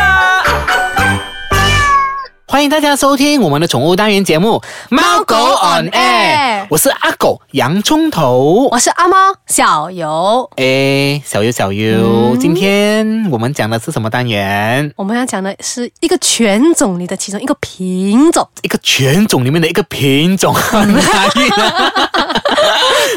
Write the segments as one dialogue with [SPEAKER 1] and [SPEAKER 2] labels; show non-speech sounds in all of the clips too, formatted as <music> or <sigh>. [SPEAKER 1] 啊。
[SPEAKER 2] 欢迎大家收听我们的宠物单元节目《猫狗 on air》，我是阿狗洋葱头。
[SPEAKER 3] 我是阿猫小游，
[SPEAKER 2] 哎，小优小优，今天我们讲的是什么单元？
[SPEAKER 3] 我们要讲的是一个犬种里的其中一个品种。
[SPEAKER 2] 一个犬种里面的一个品种，很难运啊！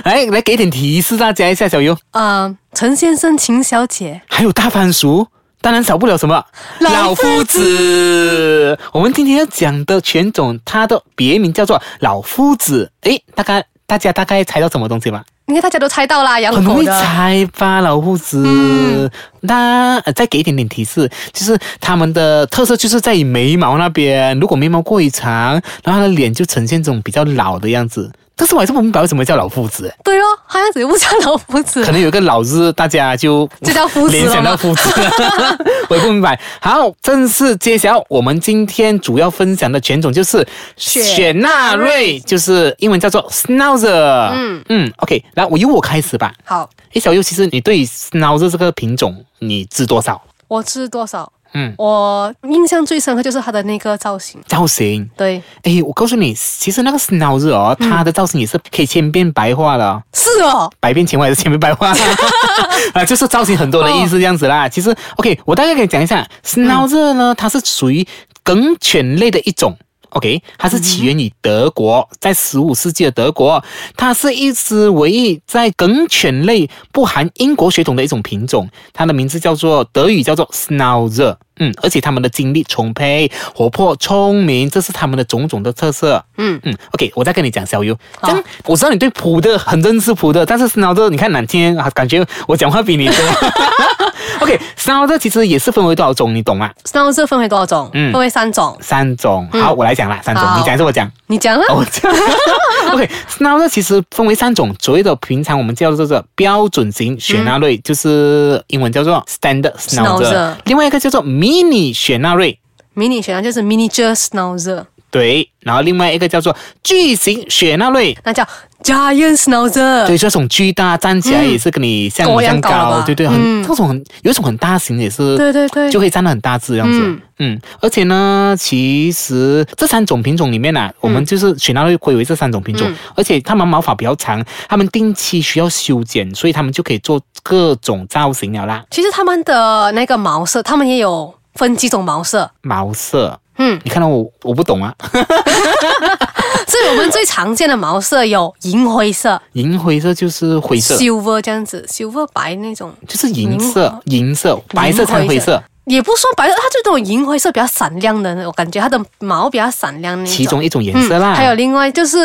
[SPEAKER 2] 哎来来，给一点提示大家一下，小优，
[SPEAKER 3] 呃，陈先生、秦小姐，
[SPEAKER 2] 还有大番薯。当然少不了什么
[SPEAKER 3] 老夫
[SPEAKER 2] 子。我们今天要讲的犬种，它的别名叫做老夫子。哎，大概大家大概猜到什么东西吧？
[SPEAKER 3] 应该大家都猜到啦，养
[SPEAKER 2] 很容
[SPEAKER 3] 狗
[SPEAKER 2] 易
[SPEAKER 3] 的。
[SPEAKER 2] 猜吧，老夫子。嗯那、呃再给一点点提示，就是他们的特色就是在于眉毛那边，如果眉毛过于长，然后他的脸就呈现这种比较老的样子。但是我还是不明白为什么叫老夫 <laughs> 子，
[SPEAKER 3] 对哦，好像只不叫老夫
[SPEAKER 2] 可
[SPEAKER 3] 子，
[SPEAKER 2] 能有一个老字，大家就
[SPEAKER 3] 就叫夫子
[SPEAKER 2] 联
[SPEAKER 3] 了
[SPEAKER 2] 想到
[SPEAKER 3] 吗。
[SPEAKER 2] 夫子， <laughs> 我也不明白。好，正式揭晓，我们今天主要分享的犬种就是
[SPEAKER 3] 雪
[SPEAKER 2] 雪纳瑞，就是英文叫做 Schnauzer。嗯嗯，OK，来，我由我开始吧。
[SPEAKER 3] 好，
[SPEAKER 2] 诶，小优，其实你对 Schnauzer 这个品种你知多少？
[SPEAKER 3] 我吃多少？
[SPEAKER 2] 嗯，
[SPEAKER 3] 我印象最深刻就是它的那个造型。
[SPEAKER 2] 造型，
[SPEAKER 3] 对，
[SPEAKER 2] 诶，我告诉你，其实那个 Schnauzer 哦，它的造型也是可以千变百化的哦。
[SPEAKER 3] 是哦，
[SPEAKER 2] 百变前外还是千变百化啊，就是造型很多的意思这样子啦。其实，OK，我大概给你讲一下，Schnauzer 呢，它是属于梗犬类的一种。OK，它是起源于德国，在十五世纪的德国，它是一只唯一在梗犬类不含英国血统的一种品种。它的名字叫做德语叫做 Schnauzer，嗯，而且它们的精力充沛、活泼、聪明，这是它们的种种的特色。
[SPEAKER 3] 嗯
[SPEAKER 2] 嗯，OK，我再跟你讲小优，
[SPEAKER 3] 好
[SPEAKER 2] 这样我知道你对普的很认识普的，但是 Snauzer 你看哪天啊，感觉我讲话比你多。OK，Snauzer 其实也是分为多少种，你懂吗？
[SPEAKER 3] 那这分为多少种？
[SPEAKER 2] 嗯
[SPEAKER 3] 分为三种。
[SPEAKER 2] 三种。好，我来讲啦，三种，
[SPEAKER 3] 嗯好
[SPEAKER 2] 你讲还是我
[SPEAKER 3] <laughs>
[SPEAKER 2] 讲？
[SPEAKER 3] 你讲啊
[SPEAKER 2] 哦，，我讲。OK，Snauzer 其实分为三种，所谓的平常我们叫做这标准型雪纳瑞，就是英文叫做 Standard Snauzer，
[SPEAKER 3] Schnauzer
[SPEAKER 2] 另外一个叫做 Mini 雪纳瑞。
[SPEAKER 3] 迷你雪狼就是 miniature schnauzer，
[SPEAKER 2] 对，然后另外一个叫做巨型雪纳瑞，
[SPEAKER 3] 那叫 giant schnauzer。
[SPEAKER 2] 对，这种巨大站起来也是跟你像
[SPEAKER 3] 狗
[SPEAKER 2] 模
[SPEAKER 3] 嗯一样
[SPEAKER 2] 像
[SPEAKER 3] 高了
[SPEAKER 2] 高，啊
[SPEAKER 3] 吧
[SPEAKER 2] 对对，很
[SPEAKER 3] 嗯
[SPEAKER 2] 这种很有一种很大型的也是，
[SPEAKER 3] 对对对
[SPEAKER 2] 就可以站得很大只这样子。嗯
[SPEAKER 3] 嗯
[SPEAKER 2] 而且呢，其实这三种品种里面呢、啊，
[SPEAKER 3] 嗯
[SPEAKER 2] 我们就是选到归为这三种品种，而且它们毛发比较长，它们定期需要修剪，所以它们就可以做各种造型了啦。
[SPEAKER 3] 其实它们的那个毛色，它们也有分几种毛色。
[SPEAKER 2] 毛色，
[SPEAKER 3] 嗯，
[SPEAKER 2] 你看到我我不懂啊，
[SPEAKER 3] 所以我们最常见的毛色有银灰色、
[SPEAKER 2] 银灰色就是灰色，
[SPEAKER 3] silver 这样子，silver 白那种，
[SPEAKER 2] 就是银色，银色，白色掺灰色。
[SPEAKER 3] 也不算白色，它就那种银灰色比较闪亮的那种感觉，它的毛比较闪亮那种。
[SPEAKER 2] 其中一种颜色啦，
[SPEAKER 3] 嗯
[SPEAKER 2] 嗯
[SPEAKER 3] 还有另外就是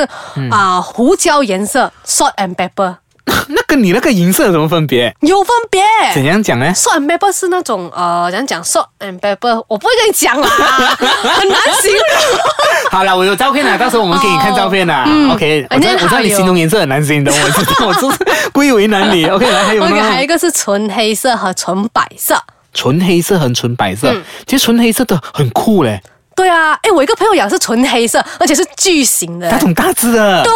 [SPEAKER 3] 啊、胡椒颜色 （salt and pepper）
[SPEAKER 2] <laughs> 那跟你那个银色有什么分别？
[SPEAKER 3] 有分别。
[SPEAKER 2] 怎样讲呢？
[SPEAKER 3] salt and pepper 是那种呃，怎样讲？salt and pepper，我不会跟你讲啦，啊 <laughs> 很难形容。
[SPEAKER 2] <laughs> 好了，我有照片
[SPEAKER 3] <laughs>
[SPEAKER 2] 了，到时候我们给你看照片啦。OK，我知道
[SPEAKER 3] 哎那
[SPEAKER 2] 我知道
[SPEAKER 3] 还有
[SPEAKER 2] 你形容颜色很难形容，我知道， <laughs> 我就是故意为难你。OK，来还
[SPEAKER 3] <laughs>
[SPEAKER 2] 有
[SPEAKER 3] OK，还有一
[SPEAKER 2] 呢，
[SPEAKER 3] 个是纯黑色和纯白色。
[SPEAKER 2] 纯黑色和纯白
[SPEAKER 3] 嗯
[SPEAKER 2] 色，其实纯黑色的很酷嘞，
[SPEAKER 3] 对啊，哎，我一个朋友养是纯黑色，而且是巨型的
[SPEAKER 2] 那。种大只的。
[SPEAKER 3] 对，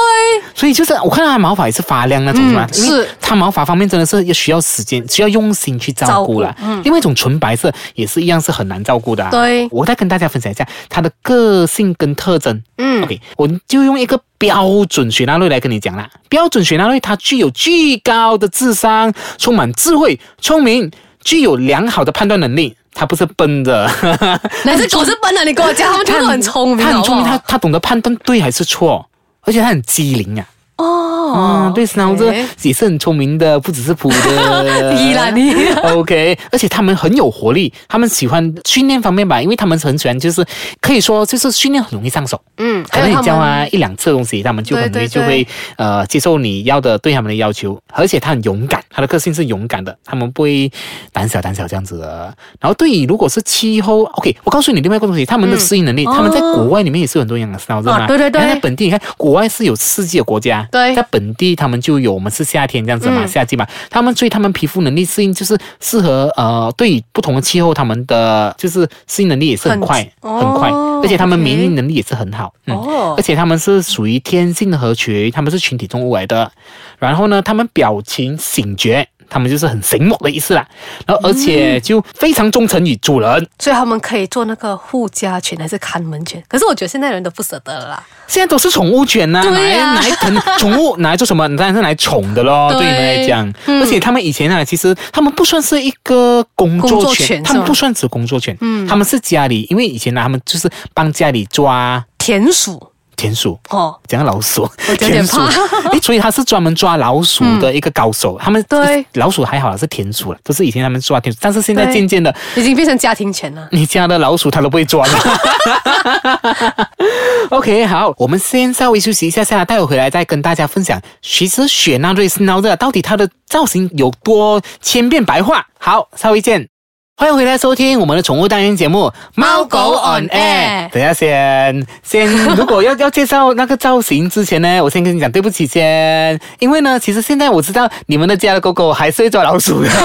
[SPEAKER 2] 所以就是我看到它毛发也是发亮那种，是吧？
[SPEAKER 3] 嗯
[SPEAKER 2] 因为
[SPEAKER 3] 是
[SPEAKER 2] 它毛发方面真的是也需要时间，需要用心去照顾啦。另外一种纯白色也是一样是很难照顾的、啊。
[SPEAKER 3] 嗯对
[SPEAKER 2] 我再跟大家分享一下它的个性跟特征。嗯，OK，我就用一个标准雪纳瑞来跟你讲啦。标准雪纳瑞它具有巨高的智商，充满智慧、聪明，具有良好的判断能力。它不是笨的，
[SPEAKER 3] 哪只狗是笨的？你跟我讲，它们全部都很 <laughs> 聪明，
[SPEAKER 2] 它
[SPEAKER 3] 好
[SPEAKER 2] 很
[SPEAKER 3] 不
[SPEAKER 2] 聪
[SPEAKER 3] 好
[SPEAKER 2] 明，它它懂得判断对还是错，而且它很机灵啊。
[SPEAKER 3] 哦哎
[SPEAKER 2] 啊，，对，斯诺这也是很聪明的，不只是普的。
[SPEAKER 3] <laughs> 你啦你
[SPEAKER 2] OK，而且他们很有活力，他们喜欢训练方面吧，因为他们很喜欢，就是可以说就是训练很容易上手。
[SPEAKER 3] 嗯，
[SPEAKER 2] 可
[SPEAKER 3] 还
[SPEAKER 2] 能
[SPEAKER 3] 有
[SPEAKER 2] 你
[SPEAKER 3] 它
[SPEAKER 2] 教
[SPEAKER 3] 们
[SPEAKER 2] 他一两次东西，他们就很容易
[SPEAKER 3] 对对
[SPEAKER 2] 就会呃接受你要的对他们的要求，而且他很勇敢，他的个性是勇敢的，他们不会胆小胆小这样子的。然后对于如果是气候，OK，我告诉你另外一个东西，他们的适应能力，他们在国外里面也是有很多养的 s n o
[SPEAKER 3] 嗯哦啊对对对
[SPEAKER 2] 在本地你看国外是有四季的国家，嘛，
[SPEAKER 3] 对
[SPEAKER 2] 在本地他们就有，我们是夏天这样子嘛，
[SPEAKER 3] 嗯
[SPEAKER 2] 夏季嘛，他们所以他们皮肤能力适应就是适合呃，对于不同的气候，他们的就是适应能力也是很
[SPEAKER 3] 很
[SPEAKER 2] 快，很,、
[SPEAKER 3] 哦
[SPEAKER 2] 快，而且他们
[SPEAKER 3] OK
[SPEAKER 2] 免疫能力也是很好，嗯，
[SPEAKER 3] 哦
[SPEAKER 2] 而且他们是属于天性的合群，他们是群体动物来的，然后呢，他们表情醒觉。他们就是很醒目的意思啦，然后而
[SPEAKER 3] 嗯
[SPEAKER 2] 且就非常忠诚于主人，
[SPEAKER 3] 所以他们可以做那个护家犬还是看门犬，可是我觉得现在人都不舍得了啦。
[SPEAKER 2] 现在都是宠物犬呐、
[SPEAKER 3] 对
[SPEAKER 2] 哪来
[SPEAKER 3] 呀
[SPEAKER 2] 哪来疼宠物拿来做什么？当然是拿来宠的咯，
[SPEAKER 3] 对
[SPEAKER 2] 对你们来讲。
[SPEAKER 3] 嗯
[SPEAKER 2] 而且他们以前啊，其实他们不算是一个工
[SPEAKER 3] 工
[SPEAKER 2] 作
[SPEAKER 3] 作
[SPEAKER 2] 犬，
[SPEAKER 3] 犬
[SPEAKER 2] 他们
[SPEAKER 3] 是吗嗯
[SPEAKER 2] 不算指工作犬，他们是家里，因为以前呢、他们就是帮家里抓
[SPEAKER 3] 田鼠
[SPEAKER 2] 田鼠。
[SPEAKER 3] 哦，
[SPEAKER 2] 讲老鼠，
[SPEAKER 3] 我有
[SPEAKER 2] 田
[SPEAKER 3] 点
[SPEAKER 2] 鼠
[SPEAKER 3] 怕，
[SPEAKER 2] <laughs> 诶，所以他是专门抓老鼠的一个高手。他们
[SPEAKER 3] 对
[SPEAKER 2] 老鼠还好啦，是田鼠了，都是以前他们抓田鼠，但是现在
[SPEAKER 3] 对
[SPEAKER 2] 渐渐的，
[SPEAKER 3] 已经变成家庭犬了。
[SPEAKER 2] 你家的老鼠它都不会抓的。OK，好，我们先稍微休息一下下，待会回来再跟大家分享，其实雪纳瑞斯闹热到底它的造型有多千变百化。好，稍微见。欢迎回来收听我们的宠物单元节目《猫狗 on air》。等一下先，先如果要要介绍那个造型之前呢，我先跟你讲对不起先，因为呢，其实现在我知道你们的家的狗狗还是会抓老鼠的。 <laughs>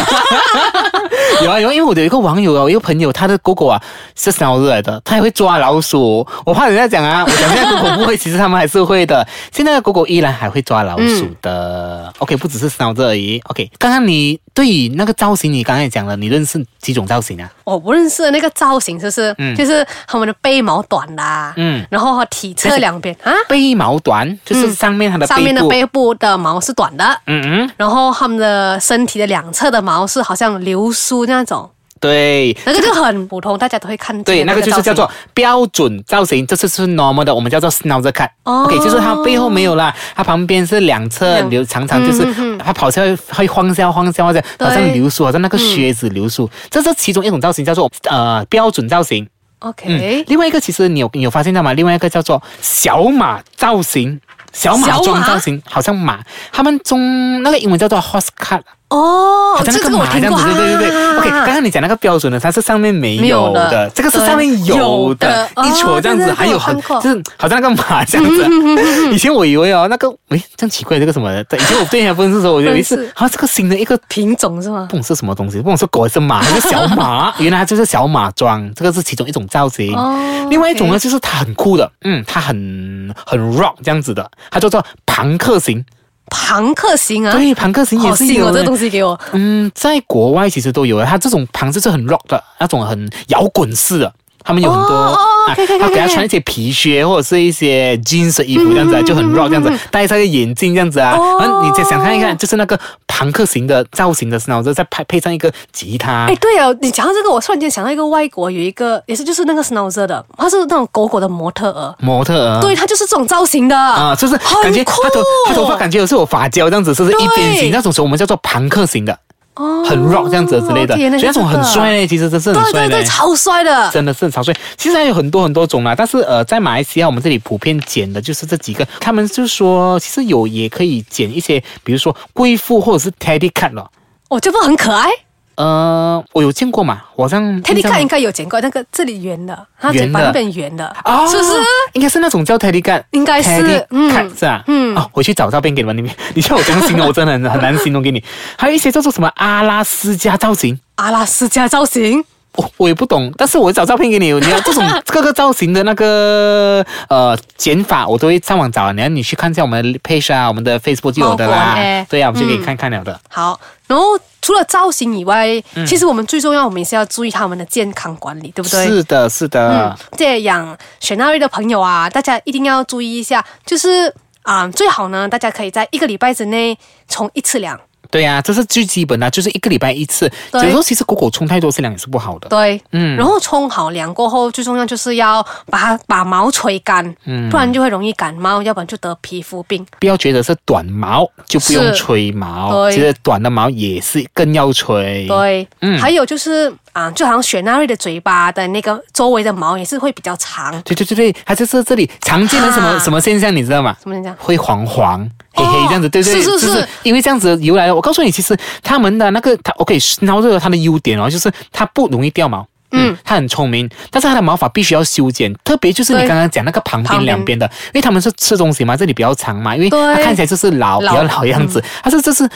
[SPEAKER 2] 有啊有啊，因为我的有一个网友啊，我一个朋友，他的狗狗啊是烧热来的，他也会抓老鼠。我怕人家讲
[SPEAKER 3] <laughs>
[SPEAKER 2] 啊，我讲现在狗狗不会，其实他们还是会的。现在的狗狗依然还会抓老鼠的。OK，不只
[SPEAKER 3] 嗯
[SPEAKER 2] 是烧热而已。OK，刚刚你对于那个造型，你刚才讲了，你认识几种造型啊？
[SPEAKER 3] 我不认识的那个造型，就是、
[SPEAKER 2] 嗯
[SPEAKER 3] 就是他们的背毛短啦，
[SPEAKER 2] 嗯
[SPEAKER 3] 然后体侧两边啊，
[SPEAKER 2] 背毛短就是上面它的背部，
[SPEAKER 3] 上面的背部的毛是短的，
[SPEAKER 2] 嗯嗯，
[SPEAKER 3] 然后他们的身体的两侧的毛是好像流苏那种，
[SPEAKER 2] 对。
[SPEAKER 3] 那个就很普通，大家都会看见。
[SPEAKER 2] 对，那个就是叫做标准造型，这次是 normal 的，我们叫做 schnauzer cut。
[SPEAKER 3] 哦
[SPEAKER 2] OK，就是它背后没有啦，它旁边是两侧
[SPEAKER 3] 两
[SPEAKER 2] 流，常常就是它跑下来会晃下晃下晃下，
[SPEAKER 3] 对
[SPEAKER 2] 好像流苏，好像那个靴子流苏。这是其中一种造型，叫做呃标准造型。嗯
[SPEAKER 3] OK，、
[SPEAKER 2] 另外一个其实你有你有发现到吗？另外一个叫做小马造型。小马
[SPEAKER 3] 小
[SPEAKER 2] 装
[SPEAKER 3] 马
[SPEAKER 2] 造型好像马，他们中那个英文叫做 horse cut，
[SPEAKER 3] 哦
[SPEAKER 2] 好，像那
[SPEAKER 3] 这这
[SPEAKER 2] 个
[SPEAKER 3] 个我
[SPEAKER 2] 马
[SPEAKER 3] 听
[SPEAKER 2] 这样
[SPEAKER 3] 过，
[SPEAKER 2] 子，对对对对。
[SPEAKER 3] 啊
[SPEAKER 2] OK，刚刚你讲那个标准的，它是上面没有
[SPEAKER 3] 没有
[SPEAKER 2] 的
[SPEAKER 3] 的，
[SPEAKER 2] 这个是上面有
[SPEAKER 3] 对
[SPEAKER 2] 的
[SPEAKER 3] 有的，
[SPEAKER 2] 一撮
[SPEAKER 3] 哦
[SPEAKER 2] 这样子，
[SPEAKER 3] 对对对
[SPEAKER 2] 还有
[SPEAKER 3] 我看
[SPEAKER 2] 很
[SPEAKER 3] 过嗯
[SPEAKER 2] 就是好像那个马这样子。以前我以为哦，那个诶，这样奇怪，这个什么的？对以前我对它不认识的时候，我以为
[SPEAKER 3] 不认
[SPEAKER 2] 是
[SPEAKER 3] 识
[SPEAKER 2] 啊，这个新的一个
[SPEAKER 3] 品种是吗？
[SPEAKER 2] 不懂是什么东西，不懂是狗还是马还是小
[SPEAKER 3] <laughs>
[SPEAKER 2] 马，原来它就是小马装，这个是其中一种造型。
[SPEAKER 3] 哦
[SPEAKER 2] 另外一种呢，
[SPEAKER 3] OK
[SPEAKER 2] 就是它很酷的，嗯，它很很 rock 这样子的，它叫做朋克型。
[SPEAKER 3] 庞克型啊，
[SPEAKER 2] 对，朋克型也
[SPEAKER 3] 好
[SPEAKER 2] 是
[SPEAKER 3] 新
[SPEAKER 2] 有
[SPEAKER 3] 哦，
[SPEAKER 2] 的
[SPEAKER 3] 这东西给我。
[SPEAKER 2] 嗯，在国外其实都有啊，它这种旁就是很 rock 的那种很摇滚式的。他们有很多，
[SPEAKER 3] 哦哦
[SPEAKER 2] 啊
[SPEAKER 3] 可以可以可
[SPEAKER 2] 他
[SPEAKER 3] 以
[SPEAKER 2] 给他
[SPEAKER 3] 可以
[SPEAKER 2] 穿一些皮靴或者是一些 jeans 的衣
[SPEAKER 3] 嗯
[SPEAKER 2] 服这样子啊，就很 rock 这样子，戴上一个眼镜这样子啊，
[SPEAKER 3] 哦
[SPEAKER 2] 然后你再想看一看，就是那个朋克型的造型的时候，再配配上一个吉他
[SPEAKER 3] 哎，，对哦，你讲到这个，我突然间想到一个外国有一个，也是就是那个 Snowzer 的，他是那种狗狗的模特儿，
[SPEAKER 2] 模特儿，
[SPEAKER 3] 对，他就是这种造型的
[SPEAKER 2] 啊，
[SPEAKER 3] 啊
[SPEAKER 2] 就是感觉他头他头发感觉有是有发胶这样子，是不是一边形
[SPEAKER 3] 对
[SPEAKER 2] 那种时候我们叫做朋克型的，
[SPEAKER 3] 哦
[SPEAKER 2] 很 rock 这样子之类的，所
[SPEAKER 3] 天
[SPEAKER 2] 以
[SPEAKER 3] 哪
[SPEAKER 2] 那种很帅
[SPEAKER 3] 这
[SPEAKER 2] 嘞，其实真是
[SPEAKER 3] 个
[SPEAKER 2] 很
[SPEAKER 3] 对
[SPEAKER 2] 帅
[SPEAKER 3] 对
[SPEAKER 2] 嘞
[SPEAKER 3] 对，。超帅的，
[SPEAKER 2] 真的是很少所以其实还有很多很多种啦，但是呃，在马来西亚我们这里普遍剪的就是这几个。他们就说，其实有也可以剪一些，比如说贵妇或者是 Teddy cut 了。
[SPEAKER 3] 我觉得很可爱。
[SPEAKER 2] 呃，我有见过嘛，我好像
[SPEAKER 3] Teddy
[SPEAKER 2] 印象
[SPEAKER 3] cut 应该有剪过，那个这里圆的，它
[SPEAKER 2] 圆的
[SPEAKER 3] 嘴巴那边圆的，
[SPEAKER 2] 哦，
[SPEAKER 3] 是不是？
[SPEAKER 2] 应该是那种叫 Teddy cut，
[SPEAKER 3] 应该是
[SPEAKER 2] Teddy
[SPEAKER 3] 嗯
[SPEAKER 2] cut 是啊，
[SPEAKER 3] 嗯
[SPEAKER 2] 哦，回去找照片给你们，你们你叫我这样形容，我真的很很难形容给你。还有一些叫做什么阿拉斯加造型，
[SPEAKER 3] 阿拉斯加造型，
[SPEAKER 2] 我我也不懂，但是我找照片给你，你要这
[SPEAKER 3] <laughs>
[SPEAKER 2] 种各个造型的那个呃剪法，我都会上网找，然后你去看一下我们的 page 啊，我们的 Facebook 就有的
[SPEAKER 3] 猫
[SPEAKER 2] 啦
[SPEAKER 3] 果哎，
[SPEAKER 2] 对呀、啊，我们就可以看看了的。
[SPEAKER 3] 好。然后除了造型以外，其实我们最重要，我们也是要注意他们的健康管理，对不对？
[SPEAKER 2] 是的，是的
[SPEAKER 3] 嗯，，这养雪纳瑞的朋友啊，大家一定要注意一下，就是啊、最好呢，大家可以在一个礼拜之内冲一次凉。
[SPEAKER 2] 对呀、这是最基本的、就是一个礼拜一次。有
[SPEAKER 3] 对
[SPEAKER 2] 时候其实狗狗冲太多次量也是不好的。
[SPEAKER 3] 对，
[SPEAKER 2] 嗯
[SPEAKER 3] 然后冲好凉过后，最重要就是要把它把毛吹干，
[SPEAKER 2] 嗯
[SPEAKER 3] 不然就会容易感冒，要不然就得皮肤病。
[SPEAKER 2] 不要觉得是短毛就不用
[SPEAKER 3] 是
[SPEAKER 2] 吹毛，
[SPEAKER 3] 对
[SPEAKER 2] 其实短的毛也是更要吹。
[SPEAKER 3] 对，
[SPEAKER 2] 嗯
[SPEAKER 3] 还有就是啊，就好像雪纳瑞的嘴巴的那个周围的毛也是会比较长，
[SPEAKER 2] 对对对对，它就是这里常见的什么
[SPEAKER 3] 啊
[SPEAKER 2] 什么现象，你知道吗？
[SPEAKER 3] 怎么讲？
[SPEAKER 2] 会黄黄黑
[SPEAKER 3] 啊哦
[SPEAKER 2] 黑这样子，对对，
[SPEAKER 3] 是是
[SPEAKER 2] 就是因为这样子由来了。我告诉你，其实他们的那个它 OK，然后这个它的优点哦，就是它不容易掉毛。嗯，它很聪明，但是它的毛发必须要修剪，特别就是你
[SPEAKER 3] 对
[SPEAKER 2] 刚刚讲那个旁
[SPEAKER 3] 旁
[SPEAKER 2] 边
[SPEAKER 3] 边
[SPEAKER 2] 两边的，因为它们是吃东西嘛，这里比较长嘛，因为它
[SPEAKER 3] 对
[SPEAKER 2] 看起来就是老
[SPEAKER 3] 老
[SPEAKER 2] 比较老样子，它是这是。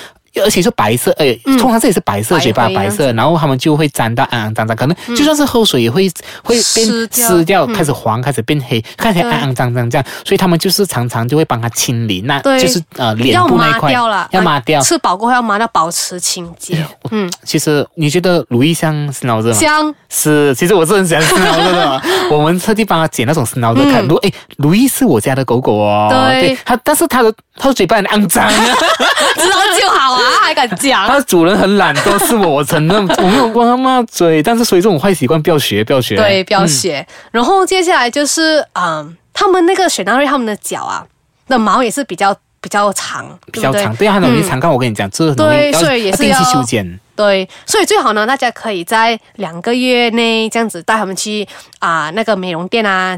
[SPEAKER 2] 而且是白色，哎、
[SPEAKER 3] 嗯
[SPEAKER 2] 通常这也是白色
[SPEAKER 3] 白
[SPEAKER 2] 嘴巴，
[SPEAKER 3] 灰
[SPEAKER 2] 白色，然后它们就会沾到肮肮脏脏，可能就算是喝水也会、会变
[SPEAKER 3] 湿掉
[SPEAKER 2] 湿掉，开始黄，开始变黑，看起来
[SPEAKER 3] 对
[SPEAKER 2] 肮肮脏脏这样，所以他们就是常常就会帮它清理，那
[SPEAKER 3] 对
[SPEAKER 2] 就是呃脸
[SPEAKER 3] 要
[SPEAKER 2] 部那一
[SPEAKER 3] 抹
[SPEAKER 2] 块
[SPEAKER 3] 掉了，啊
[SPEAKER 2] 要抹掉。
[SPEAKER 3] 吃饱过后要抹掉，保持清洁。嗯，
[SPEAKER 2] 其实你觉得鲁易像是脑子吗？
[SPEAKER 3] 香， <laughs>
[SPEAKER 2] 是，其实我是很喜欢斯诺的的，我们特地帮他剪那种斯诺的看。
[SPEAKER 3] 嗯
[SPEAKER 2] 如诶，如意是我家的狗狗哦，
[SPEAKER 3] 对
[SPEAKER 2] 它，但是它的它的嘴巴很肮
[SPEAKER 3] <laughs>
[SPEAKER 2] 脏，
[SPEAKER 3] 知道就好啊，还敢
[SPEAKER 2] 它
[SPEAKER 3] 讲？
[SPEAKER 2] 的主人很懒惰，是我，我承认，我没有帮它抹嘴，但是所以这种坏习惯不要学，不要学。
[SPEAKER 3] 对，不要学。然后接下来就是，嗯，他们那个雪纳瑞他们的脚啊，的毛也是比较比较长，
[SPEAKER 2] 比较
[SPEAKER 3] 对
[SPEAKER 2] 长，
[SPEAKER 3] 不
[SPEAKER 2] 对
[SPEAKER 3] 对
[SPEAKER 2] 啊，它很容易
[SPEAKER 3] 嗯
[SPEAKER 2] 长干。我跟你讲，这很容易
[SPEAKER 3] 对
[SPEAKER 2] 要
[SPEAKER 3] 所以也是
[SPEAKER 2] 定期
[SPEAKER 3] 要
[SPEAKER 2] 修剪。
[SPEAKER 3] 对，所以最好呢，大家可以在两个月内这样子带他们去啊、那个美容店啊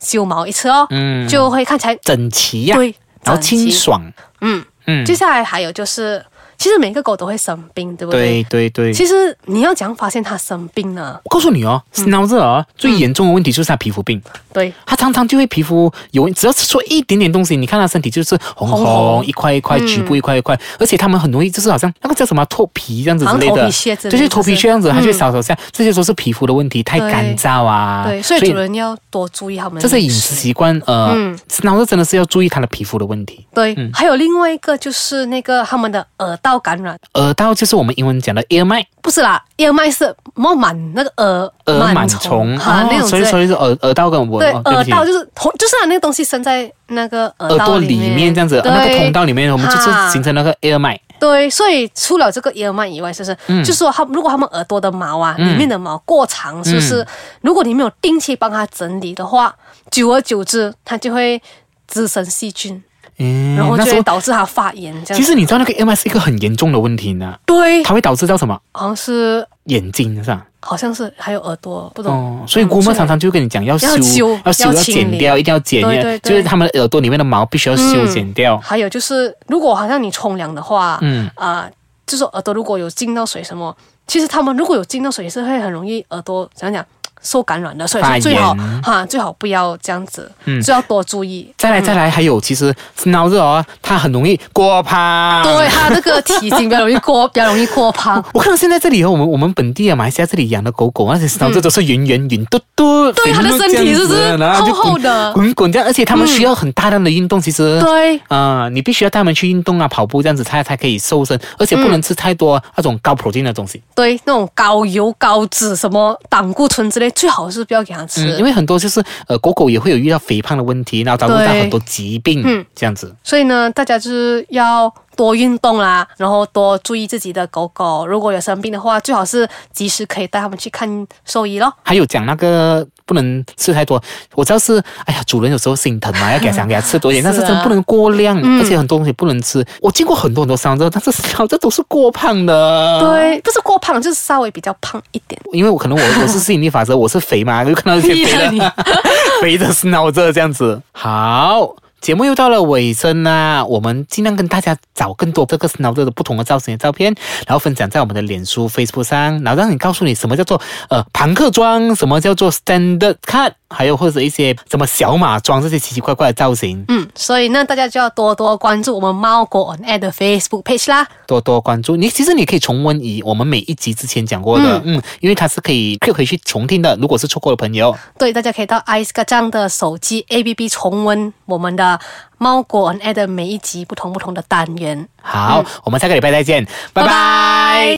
[SPEAKER 3] 修毛一次哦，
[SPEAKER 2] 嗯
[SPEAKER 3] 就会看起来
[SPEAKER 2] 整齐呀、
[SPEAKER 3] 对，
[SPEAKER 2] 然后
[SPEAKER 3] 整齐
[SPEAKER 2] 清爽。
[SPEAKER 3] 嗯，
[SPEAKER 2] 嗯，
[SPEAKER 3] 接下来还有就是，其实每个狗都会生病，对不对？
[SPEAKER 2] 对对对。
[SPEAKER 3] 其实你要怎样发现它生病呢？
[SPEAKER 2] 我告诉你哦，
[SPEAKER 3] 嗯
[SPEAKER 2] 斯诺热哦，最严重的问题就是它皮肤病。
[SPEAKER 3] 对，
[SPEAKER 2] 他常常就会皮肤有，只要是说一点点东西，你看他身体就是红红
[SPEAKER 3] 红红嗯
[SPEAKER 2] 一块一块，局部一块一块，而且他们很容易就是好像那个叫什么脱皮这样子之类
[SPEAKER 3] 好像
[SPEAKER 2] 的，
[SPEAKER 3] 头皮屑之类的
[SPEAKER 2] 对，就是头皮屑这样子，
[SPEAKER 3] 是
[SPEAKER 2] 它就会少少下，这些都是皮肤的问题，太
[SPEAKER 3] 对
[SPEAKER 2] 干燥啊，
[SPEAKER 3] 嗯对，所以主人要多注意它们。
[SPEAKER 2] 这是饮食。习惯，呃，
[SPEAKER 3] 嗯
[SPEAKER 2] 然后真的是要注意他的皮肤的问题。
[SPEAKER 3] 对，还有另外一个就是那个它们的耳道感染，
[SPEAKER 2] 耳道就是我们英文讲的 ear 麦，
[SPEAKER 3] 不是啦，燕麦是猫螨那个耳
[SPEAKER 2] 耳螨虫哦
[SPEAKER 3] 啊、那种之
[SPEAKER 2] 所以
[SPEAKER 3] 类。
[SPEAKER 2] 所以是耳耳道跟我
[SPEAKER 3] 对，
[SPEAKER 2] 哦对不
[SPEAKER 3] 耳
[SPEAKER 2] 起
[SPEAKER 3] 道就是通，就是啊，那个东西伸在那个耳
[SPEAKER 2] 耳
[SPEAKER 3] 道
[SPEAKER 2] 朵
[SPEAKER 3] 呃里
[SPEAKER 2] 里面这样子，啊
[SPEAKER 3] 对、
[SPEAKER 2] 那个通道里面，我们就是
[SPEAKER 3] 哈
[SPEAKER 2] 形成那个 ear 麦。
[SPEAKER 3] 对，所以除了这个耳螨以外，就是、
[SPEAKER 2] 嗯
[SPEAKER 3] 就是说他如果他们耳朵的毛啊，里面的毛过长，是不是？
[SPEAKER 2] 嗯
[SPEAKER 3] 如果你没有定期帮它整理的话，久而久之，它就会滋生细菌，
[SPEAKER 2] 嗯
[SPEAKER 3] 然后
[SPEAKER 2] 那
[SPEAKER 3] 就
[SPEAKER 2] 时
[SPEAKER 3] 会
[SPEAKER 2] 候
[SPEAKER 3] 导致它发炎。这样
[SPEAKER 2] 其实你知道那个 ear 麦是一个很严重的问题呢。
[SPEAKER 3] 对，
[SPEAKER 2] 它会导致到什么？
[SPEAKER 3] 好像是
[SPEAKER 2] 眼睛是吧？
[SPEAKER 3] 好像是还有耳朵，不懂。
[SPEAKER 2] 哦，所以
[SPEAKER 3] 嗯
[SPEAKER 2] 姑妈
[SPEAKER 3] 是
[SPEAKER 2] 常常就跟你讲要修
[SPEAKER 3] 要修
[SPEAKER 2] 要修
[SPEAKER 3] 要
[SPEAKER 2] 要
[SPEAKER 3] 清
[SPEAKER 2] 剪
[SPEAKER 3] 理
[SPEAKER 2] 掉，一定要剪
[SPEAKER 3] 对
[SPEAKER 2] 掉，
[SPEAKER 3] 对嗯
[SPEAKER 2] 就
[SPEAKER 3] 对
[SPEAKER 2] 是他们耳朵里面的毛必须要修剪掉。
[SPEAKER 3] 还有就是，如果好像你冲凉的话，
[SPEAKER 2] 嗯
[SPEAKER 3] 啊、就是耳朵如果有进到水什么，其实他们如果有进到水，也是会很容易耳朵怎样讲受感染的，所以
[SPEAKER 2] 发
[SPEAKER 3] 说
[SPEAKER 2] 炎
[SPEAKER 3] 最好哈最好不要这样子，
[SPEAKER 2] 嗯
[SPEAKER 3] 就要多注意。
[SPEAKER 2] 再来再来，还
[SPEAKER 3] 嗯
[SPEAKER 2] 有其实脑热哦，它很容易过胖。
[SPEAKER 3] 对，它那个体型比较容易过，比较容易过胖。
[SPEAKER 2] 我看到现在这里哦，我们我们本地啊，马来西亚这里养的狗狗，那些脑热都是圆圆圆嘟嘟，
[SPEAKER 3] 嗯对
[SPEAKER 2] 肥
[SPEAKER 3] 它的
[SPEAKER 2] 肉
[SPEAKER 3] 身
[SPEAKER 2] 这样
[SPEAKER 3] 体
[SPEAKER 2] 子啊
[SPEAKER 3] 就是
[SPEAKER 2] 然后就
[SPEAKER 3] 厚厚的
[SPEAKER 2] 滚滚滚这样，而且它们
[SPEAKER 3] 嗯
[SPEAKER 2] 需要很大量的运动，其实。
[SPEAKER 3] 对，
[SPEAKER 2] 啊、你必须要带它们去运动啊，跑步这样子，它才可以瘦身，而且不能吃太多那种高 protein 的东西。
[SPEAKER 3] 对，那种高油、高脂、什么胆固醇之类，最好是不要给它吃。
[SPEAKER 2] 嗯，因为很多就是呃，狗狗也会有遇到肥胖的问题，然后导致到
[SPEAKER 3] 对
[SPEAKER 2] 很多疾病，
[SPEAKER 3] 嗯
[SPEAKER 2] 这样子。
[SPEAKER 3] 所以呢，大家就是要多运动啦，然后多注意自己的狗狗。如果有生病的话，最好是及时可以带它们去看兽医咯。
[SPEAKER 2] 还有讲那个不能吃太多，我知道是，哎呀，主人有时候心疼嘛，要给它想给它吃多一点，但是
[SPEAKER 3] 是啊嗯
[SPEAKER 2] 真的不能过量，而且很多东西不能吃。我见过很多很多伤这，但是伤这都是过胖的。。
[SPEAKER 3] 对，不是过胖，就是稍微比较胖一点。
[SPEAKER 2] 因为我可能我我是吸引力法则，我是肥嘛，就看到一些
[SPEAKER 3] <laughs>
[SPEAKER 2] 肥
[SPEAKER 3] 屁
[SPEAKER 2] 的
[SPEAKER 3] 啦
[SPEAKER 2] <laughs> 肥的是脑子这样子。好，节目又到了尾声啦，我们尽量跟大家找更多这个脑子的不同的造型的照片，然后分享在我们的脸书、Facebook 上，然后让你告诉你什么叫做呃朋克装，什么叫做 standard cut，还有或者一些什么小马装这些奇奇怪怪的造型，
[SPEAKER 3] 嗯，所以呢，大家就要多多关注我们猫狗 on air 的 Facebook page 啦。
[SPEAKER 2] 多多关注你。其实你可以重温以我们每一集之前讲过的，嗯因为它是可以可以回去重听的，如果是错过的朋友。
[SPEAKER 3] 对，大家可以到 Ice 个样的手机 APP 重温我们的猫狗 on air 的每一集不同不同的单元。
[SPEAKER 2] 嗯好，我们下个礼拜再见，拜拜。
[SPEAKER 3] 拜拜